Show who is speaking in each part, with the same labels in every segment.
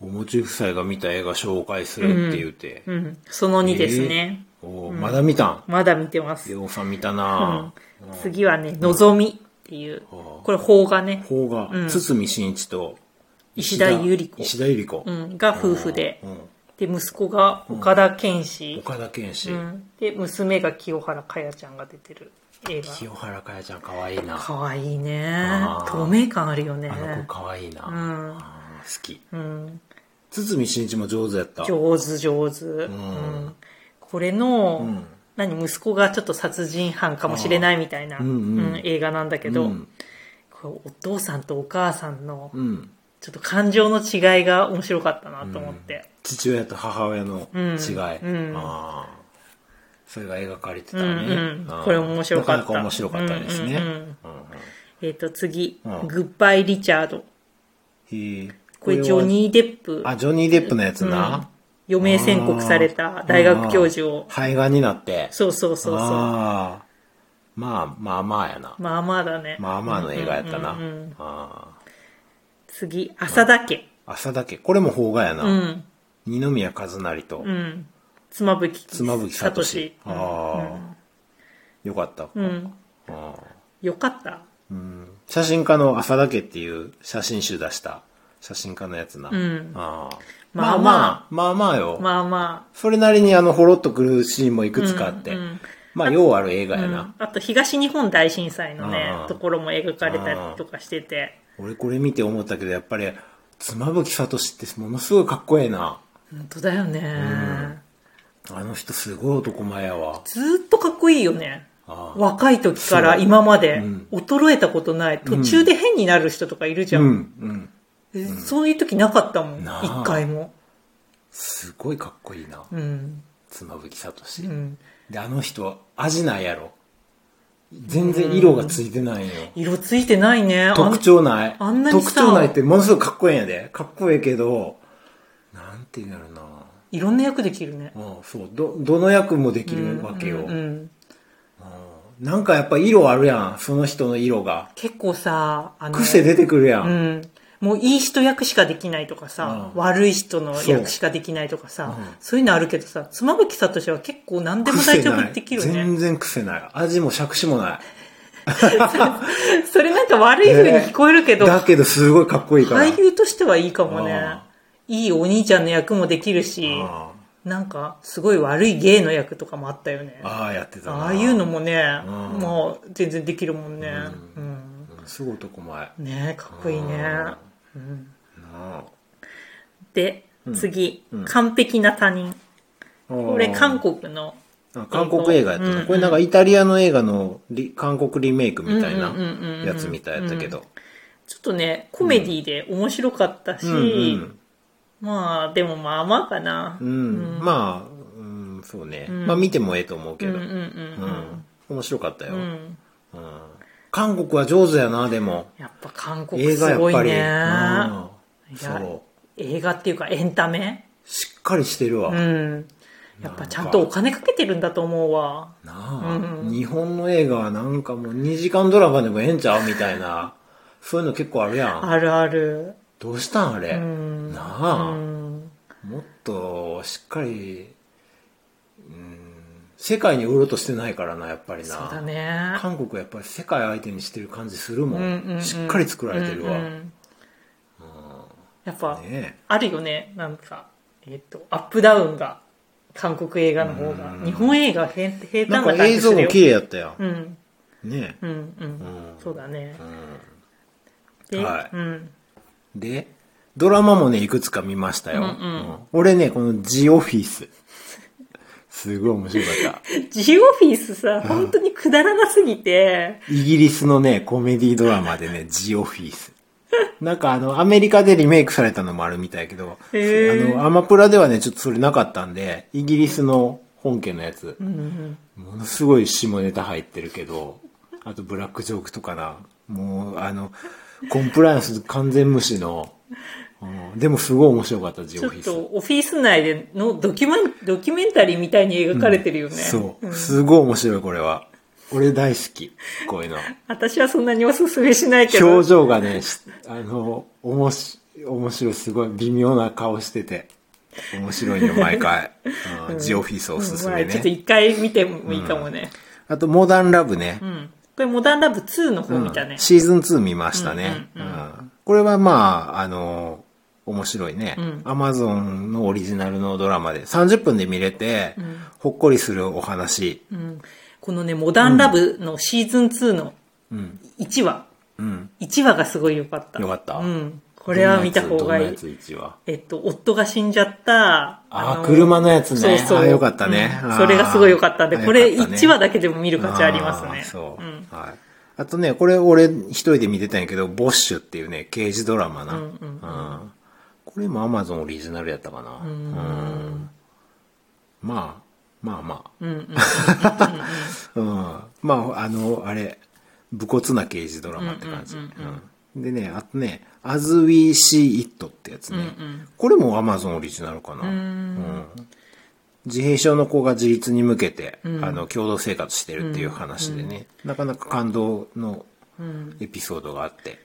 Speaker 1: おもち夫妻が見た映画紹介するって言うて。
Speaker 2: うん。その2ですね。
Speaker 1: おーまだ見たん。
Speaker 2: まだ見てます
Speaker 1: レ。オさん見たな
Speaker 2: 次はね、のぞみっていう。これ、邦画ね。
Speaker 1: 方が、堤真一と
Speaker 2: 石田ゆり子。
Speaker 1: 石田ゆり子
Speaker 2: う。ん。が夫婦で
Speaker 1: う。ん
Speaker 2: で、息子が岡田健志。
Speaker 1: 岡田健志
Speaker 2: う。ん。で、娘が清原かやちゃんが出てる映画。
Speaker 1: 清原かやちゃん可愛いな。
Speaker 2: かわいいね
Speaker 1: あー。
Speaker 2: 透明感あるよね
Speaker 1: あ。の子可愛いな。
Speaker 2: う
Speaker 1: あー
Speaker 2: ん。
Speaker 1: 好き。
Speaker 2: うん。
Speaker 1: 堤真一も上手やった。
Speaker 2: 上手上手。うんん。これの、
Speaker 1: ん
Speaker 2: 何、息子がちょっと殺人犯かもしれないみたいな、
Speaker 1: ーうんうん
Speaker 2: うん映画なんだけど、
Speaker 1: うん
Speaker 2: こうお父さんとお母さんの、
Speaker 1: うん。
Speaker 2: ちょっと感情の違いが面白かったなと思って。
Speaker 1: 父親と母親の違い。
Speaker 2: うん
Speaker 1: ああ。それが描かれてた
Speaker 2: うん、うん、
Speaker 1: ね。あー
Speaker 2: これ面白かった。
Speaker 1: なかなか面白かったですね。
Speaker 2: うんうん
Speaker 1: う
Speaker 2: うんんえっ、と、次、
Speaker 1: うん
Speaker 2: グッバイ・リチャード。
Speaker 1: へえ
Speaker 2: これ、ジョニー・デップ
Speaker 1: ー。あ、ジョニー・デップのやつな。
Speaker 2: 余命宣告された大学教授
Speaker 1: あ
Speaker 2: を
Speaker 1: ー。肺がんになって。
Speaker 2: そうそうそうそう。
Speaker 1: ああ。まあまあまあやな。
Speaker 2: まあまあだね。
Speaker 1: まあまあの映画やったな。
Speaker 2: うんうんうん
Speaker 1: あ
Speaker 2: 次、浅田家。
Speaker 1: あ。朝だけ。これも邦画やな。
Speaker 2: うん。
Speaker 1: 二宮和也と
Speaker 2: うん。妻夫木
Speaker 1: 妻夫木聡。
Speaker 2: うん
Speaker 1: ああ。よかった。
Speaker 2: うん。
Speaker 1: あー
Speaker 2: よかった。
Speaker 1: うん写真家の浅田家っていう写真集出した写真家のやつな。
Speaker 2: ん
Speaker 1: ああま
Speaker 2: ま
Speaker 1: あ
Speaker 2: あ
Speaker 1: ま
Speaker 2: ま
Speaker 1: あ、まあまあよ。
Speaker 2: まあまあ。
Speaker 1: それなりにあの、ほろっとくるシーンもいくつかあって。
Speaker 2: うんうん
Speaker 1: まあ、ようある映画や
Speaker 2: う。
Speaker 1: なん
Speaker 2: あと、東日本大震災のね
Speaker 1: うん、
Speaker 2: ところも描かれたりとかしてて。
Speaker 1: 俺これ見て思ったけど、やっぱり、妻夫木聡ってものすごいかっこええな。
Speaker 2: 本当だよね。
Speaker 1: あの人すごい男前やわ。
Speaker 2: ずーっとかっこいいよね。
Speaker 1: ああ
Speaker 2: 若い時から今まで衰えたことない。途中で変になる人とかいるじゃ。
Speaker 1: うん、うんん。
Speaker 2: えそういう時なかったもん。
Speaker 1: なあ
Speaker 2: 一回も。
Speaker 1: すごいかっこいいな。
Speaker 2: うん。
Speaker 1: 妻夫木聡。
Speaker 2: うん。
Speaker 1: で、あの人、味ないやろ。全然色がついてないよ。
Speaker 2: 色ついてないね。あん
Speaker 1: 特徴ない。
Speaker 2: あんなにさ
Speaker 1: 特徴ないってものすごくかっこええんやで。かっこええけど、なんていうんやろな。
Speaker 2: いろんな役できるね。
Speaker 1: うん、そう。ど、どの役もできるわけよ。
Speaker 2: うん。
Speaker 1: なんかやっぱ色あるやん。その人の色が。
Speaker 2: 結構さ、あの、
Speaker 1: 癖出てくるやん。
Speaker 2: うん。もういい人役しかできないとかさ、
Speaker 1: うん
Speaker 2: 悪い人の
Speaker 1: そう
Speaker 2: 役しかできないとかさ、
Speaker 1: う
Speaker 2: そうんいうのあるけどさ、妻夫木聡は結構何でも大丈夫ってできる
Speaker 1: 癖ない全
Speaker 2: ね。
Speaker 1: 然癖ない。味も杓子もない。
Speaker 2: それなんか悪い風に聞こえるけど、
Speaker 1: だけどすごいかっこいいから。
Speaker 2: 俳優としてはいいかもね
Speaker 1: あ。
Speaker 2: いいお兄ちゃんの役もできるし、
Speaker 1: あ
Speaker 2: なんかすごい悪い芸の役とかもあったよね。
Speaker 1: あああ、やってたな。
Speaker 2: ああいうのもね、
Speaker 1: うん
Speaker 2: もう全然できるもんね。うん
Speaker 1: うん。すごい男前。な
Speaker 2: ねえ、かっこいいね。
Speaker 1: あ
Speaker 2: で、次、
Speaker 1: うん
Speaker 2: 完璧な他人。これ韓国の
Speaker 1: あ韓国映画やったな、
Speaker 2: うん
Speaker 1: これなんかイタリアの映画のリ韓国リメイクみたいな
Speaker 2: うんうんうんうん
Speaker 1: やつみたいやったけど。
Speaker 2: ちょっとね、コメディで面白かったし、
Speaker 1: うんうん。
Speaker 2: まあ、でもまあまあかな。
Speaker 1: う
Speaker 2: う
Speaker 1: ん。
Speaker 2: ん
Speaker 1: まあ、うん、そうね。まあ見てもええと思うけ
Speaker 2: うん
Speaker 1: ど。
Speaker 2: う
Speaker 1: うん。
Speaker 2: ん
Speaker 1: 面白かったよ、
Speaker 2: うん。う
Speaker 1: うん。
Speaker 2: ん。
Speaker 1: 韓国は上手やな、でも。
Speaker 2: やっぱ韓国
Speaker 1: 映画
Speaker 2: す
Speaker 1: や
Speaker 2: ご
Speaker 1: っ
Speaker 2: いね
Speaker 1: ぱり。。うん。
Speaker 2: いや
Speaker 1: そう。
Speaker 2: 映画っていうかエンタメ
Speaker 1: しっかりしてるわ。
Speaker 2: う。
Speaker 1: なん
Speaker 2: やっぱちゃんとお金かけてるんだと思うわ。
Speaker 1: あ、日本の映画はなんかもう2時間ドラマでもええんちゃうみたいな。そういうの結構あるやん。
Speaker 2: あるある。
Speaker 1: どうしたんあれ。
Speaker 2: うん。
Speaker 1: なあ、
Speaker 2: うん。
Speaker 1: もっとしっかり、うん、世界に売ろうとしてないからな、やっぱりな。
Speaker 2: そうだね。
Speaker 1: 韓国はやっぱり世界相手にしてる感じするもん。
Speaker 2: うんうんうん
Speaker 1: しっかり作られてるわ。
Speaker 2: うんうんやっぱ、
Speaker 1: ね
Speaker 2: あるよね、なんか、えっ、と、アップダウンが、韓国映画の方が。日本映画は平平
Speaker 1: えな
Speaker 2: 坦なん
Speaker 1: か
Speaker 2: 感
Speaker 1: 映
Speaker 2: じす
Speaker 1: 像
Speaker 2: る
Speaker 1: も
Speaker 2: よ。
Speaker 1: 綺麗やったよ。
Speaker 2: うん、
Speaker 1: ねえ
Speaker 2: うん、うん
Speaker 1: う。ん
Speaker 2: そうだね。
Speaker 1: うん
Speaker 2: で、
Speaker 1: はい
Speaker 2: うん。
Speaker 1: で、ドラマもね、いくつか見ましたよ。
Speaker 2: うんうん
Speaker 1: うん俺ね、このジオフィス。 すごい面白かった。
Speaker 2: ジオフィスさ、本当にくだらなすぎて、
Speaker 1: イギリスのね、コメディドラマで ね、ジオフィス。なんかあの、アメリカでリメイクされたのもあるみたいやけど、
Speaker 2: へー
Speaker 1: あの、アマプラではね、ちょっとそれなかったんで、イギリスの本家のやつ、ものすごい下ネタ入ってるけど、あとブラックジョークとかな、もうあの、コンプライアンス完全無視の、うんでもすごい面白かった、ジ
Speaker 2: ち
Speaker 1: オ
Speaker 2: ょっ
Speaker 1: フィス。
Speaker 2: とオフィス内でのドキュメンドキュメンタリーみたいに描かれてるよね。
Speaker 1: そう。すごい面白い、これは。俺大好き、こういうの。
Speaker 2: 私はそんなにおすすめしないけど。
Speaker 1: 表情がね、しあの、おもし、面白い、すごい微妙な顔してて。面白いよ、毎 回。うんジオフィスおすすめ
Speaker 2: うんまあちょっと
Speaker 1: ね。
Speaker 2: 一回見てもいいかもね。
Speaker 1: あと、モダンラブね
Speaker 2: う。ん。これ、モダンラブ2の方
Speaker 1: うん
Speaker 2: 見たね。
Speaker 1: シーズン2見ましたね。
Speaker 2: うんうんうん
Speaker 1: うんこれはまあ、あの、面白いね
Speaker 2: うん。
Speaker 1: アマゾンのオリジナルのドラマで30分で見れて、ほっこりするお話。
Speaker 2: うん。このね、モダンラブのシーズン2の
Speaker 1: うん。
Speaker 2: 1話。
Speaker 1: うん。
Speaker 2: 1話がすごい良かった。
Speaker 1: よかった
Speaker 2: うん。これは見た方が
Speaker 1: どんない
Speaker 2: い
Speaker 1: や。つ一話。
Speaker 2: えっと、夫が死んじゃった。
Speaker 1: あー
Speaker 2: の
Speaker 1: 車のやつね
Speaker 2: そうそう。
Speaker 1: あーよかったね
Speaker 2: うん
Speaker 1: あー
Speaker 2: それがすごい良かったんで、
Speaker 1: あ
Speaker 2: これ
Speaker 1: よかったね
Speaker 2: 1話だけでも見る価値ありますね。
Speaker 1: ーそう。
Speaker 2: ん
Speaker 1: はい。あとね、これ俺一人で見てたんやけど、ボッシュっていうね、刑事ドラマな。
Speaker 2: うんうんうん
Speaker 1: んこれもアマゾンオリジナルやったかな。うんまあ、まあま
Speaker 2: うんうん。
Speaker 1: あ。 うん。まあ、あの、あれ、武骨な刑事ドラマって感じ。
Speaker 2: うん
Speaker 1: うんでね、あとね、As We See It ってやつね。
Speaker 2: うんうん
Speaker 1: これもアマゾンオリジナルかな。うん自閉症の子が自立に向けて、あの、共同生活してるっていう話でね、なかなか感動のエピソードがあって。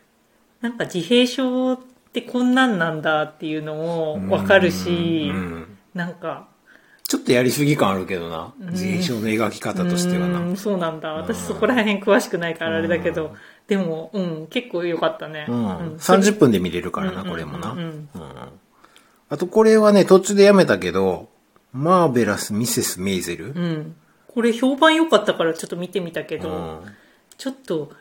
Speaker 2: なんか自閉症ってこんなんなんだっていうのもわかるし、
Speaker 1: うん
Speaker 2: なんか、
Speaker 1: ちょっとやりすぎ感あるけどな。自閉症の描き方としてはな。
Speaker 2: う
Speaker 1: うんん。
Speaker 2: そうなんだ。私そこら辺詳しくないからあれだけど、でも、うん、結構良かったね。うん
Speaker 1: 30分で見れるからな、これもな。
Speaker 2: う
Speaker 1: うんんあと、これはね、途中でやめたけど、マーベラス・ミセス・メイゼル。
Speaker 2: うん。これ評判良かったからちょっと見てみたけ
Speaker 1: う
Speaker 2: ど、
Speaker 1: ん。
Speaker 2: ちょっと、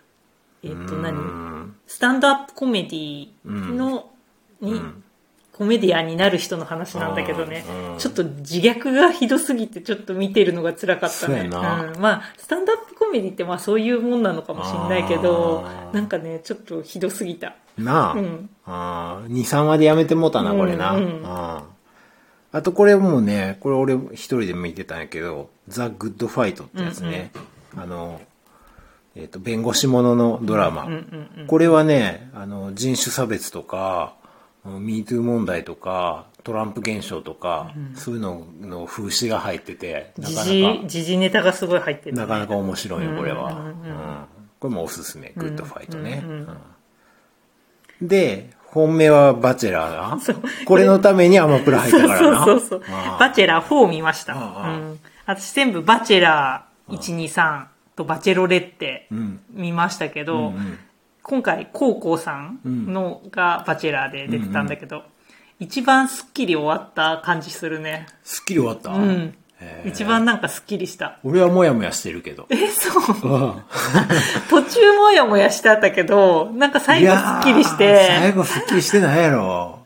Speaker 2: えっ、と何、
Speaker 1: うん
Speaker 2: スタンドアップコメディの、に、コメディアンになる人の話なんだけどね、
Speaker 1: うんうん
Speaker 2: ちょっと自虐がひどすぎてちょっと見てるのが辛かった
Speaker 1: そう
Speaker 2: ね。
Speaker 1: やな
Speaker 2: うん、まあ、スタンドアップコメディってまあそういうもんなのかもしれないけど
Speaker 1: あ、ー
Speaker 2: なんかね、ちょっとひどすぎた。
Speaker 1: なあ。
Speaker 2: うん
Speaker 1: ああ、2、3話でやめてもうたな、これな。
Speaker 2: う
Speaker 1: うんん
Speaker 2: うん
Speaker 1: あとこれもね、これ俺一人で見てたんやけど、ザ・グッド・ファイトってやつね。あの、えっ、と、弁護士もののドラマ。
Speaker 2: うんうん
Speaker 1: これはね、あの、人種差別とか、MeToo 問題とか、トランプ現象とか、そういうのの風刺が入ってて、な
Speaker 2: 時
Speaker 1: か
Speaker 2: 事、
Speaker 1: なか、
Speaker 2: 時事ネタがすごい入ってる、
Speaker 1: なかなか面白いよ、これは。
Speaker 2: う
Speaker 1: うん
Speaker 2: うん
Speaker 1: んこれもおすすめ、グッドファイトね。
Speaker 2: うんうん
Speaker 1: うんで、本命はバチェラー
Speaker 2: う
Speaker 1: な。これのためにアマプラ入ったからな。
Speaker 2: そうそうそう。
Speaker 1: ああ
Speaker 2: バチェラー4見ました。
Speaker 1: ああ
Speaker 2: うん。私全部バチェラー1、2、3とバチェロレッテ
Speaker 1: ん
Speaker 2: 見ましたけど、今回、コウコウさんのがバチェラーで出てたんだけど、一番スッキリ終わった感じするね。
Speaker 1: すっきり終わった。
Speaker 2: うん。
Speaker 1: へえ
Speaker 2: 一番なんかスッキリした。
Speaker 1: 俺はもやもやしてるけど。
Speaker 2: え、そう。
Speaker 1: うん
Speaker 2: 途中もやもやしてあったけど、なんか最
Speaker 1: い
Speaker 2: 後ス
Speaker 1: や
Speaker 2: ッ
Speaker 1: ー
Speaker 2: キリし
Speaker 1: 最
Speaker 2: て、
Speaker 1: 後すっきりしてないやろ。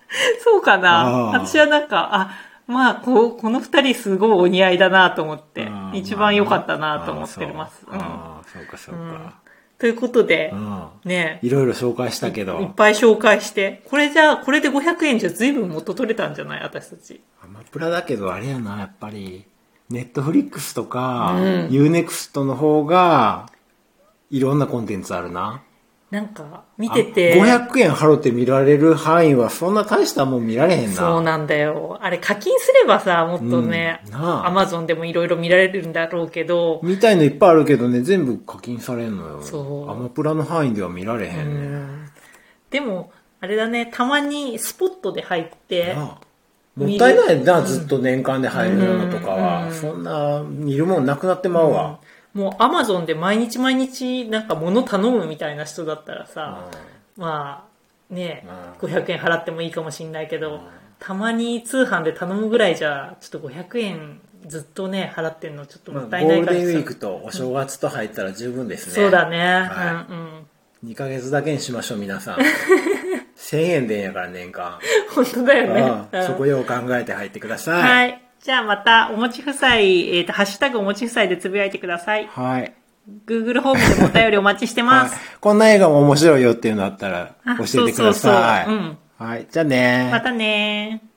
Speaker 2: そうかな。
Speaker 1: あー
Speaker 2: 私はなんか、あ、まあ、こう、この二人すごいお似合いだなと思って
Speaker 1: あ、ー
Speaker 2: 一番良かったなと思ってます。
Speaker 1: まあ
Speaker 2: うん
Speaker 1: なあそうあーそうかそうか。
Speaker 2: ということで
Speaker 1: う、ん。
Speaker 2: ね、
Speaker 1: いろいろ紹介したけ
Speaker 2: い
Speaker 1: ど
Speaker 2: っ、ぱい紹介して、これじゃあ、これで500円じゃ随分元取れたんじゃない私たち。
Speaker 1: アマプラだけどあれやな、やっぱり、ネットフリックスとか、
Speaker 2: うん
Speaker 1: UNEXT の方が、いろんなコンテンツあるな。
Speaker 2: なんか、見てて、
Speaker 1: あ500円払って見られる範囲はそんな大したもん見られへんな。
Speaker 2: そうなんだよ。あれ課金すればさ、もっとね、
Speaker 1: うんな
Speaker 2: ア
Speaker 1: あ
Speaker 2: マゾンでもいろいろ見られるんだろうけど、
Speaker 1: みたいのいっぱいあるけどね、全部課金されんのよ。
Speaker 2: そう
Speaker 1: アマプラの範囲では見られへんね。
Speaker 2: でも、あれだね、たまにスポットで入って、
Speaker 1: なあもったいないな、ずっと年間で入るようなとかは。そんな、見るもんなくなってまうわ。
Speaker 2: もうアマゾンで毎日毎日なんか物頼むみたいな人だったらさ、まあね、500円払ってもいいかもしんないけど、たまに通販で頼むぐらいじゃちょっと500円ずっとね払ってんのちょっと
Speaker 1: まあ
Speaker 2: もっ
Speaker 1: ゴ
Speaker 2: たいな
Speaker 1: ー
Speaker 2: い
Speaker 1: ル
Speaker 2: 感
Speaker 1: デ
Speaker 2: じ
Speaker 1: ン
Speaker 2: す
Speaker 1: ウ
Speaker 2: る
Speaker 1: ィークとお正月と入ったら十分ですね。
Speaker 2: そうだね、
Speaker 1: は
Speaker 2: うんうん
Speaker 1: 2ヶ月だけにしましょう、皆さん。1000円でんやから、年間。
Speaker 2: 本当だよね
Speaker 1: う
Speaker 2: うんん
Speaker 1: そこよう考えて入ってくださ。
Speaker 2: はいいじゃあまたおもち夫妻、えっとハッシュタグおもち夫妻でつぶやいてください
Speaker 1: はい。
Speaker 2: Google ホームでもお便りお待ちしてます、
Speaker 1: こんな映画も面白いよっていうのあったら
Speaker 2: あ
Speaker 1: 教えてくださ
Speaker 2: そうそうそうう
Speaker 1: い。はい。じゃあね
Speaker 2: またねー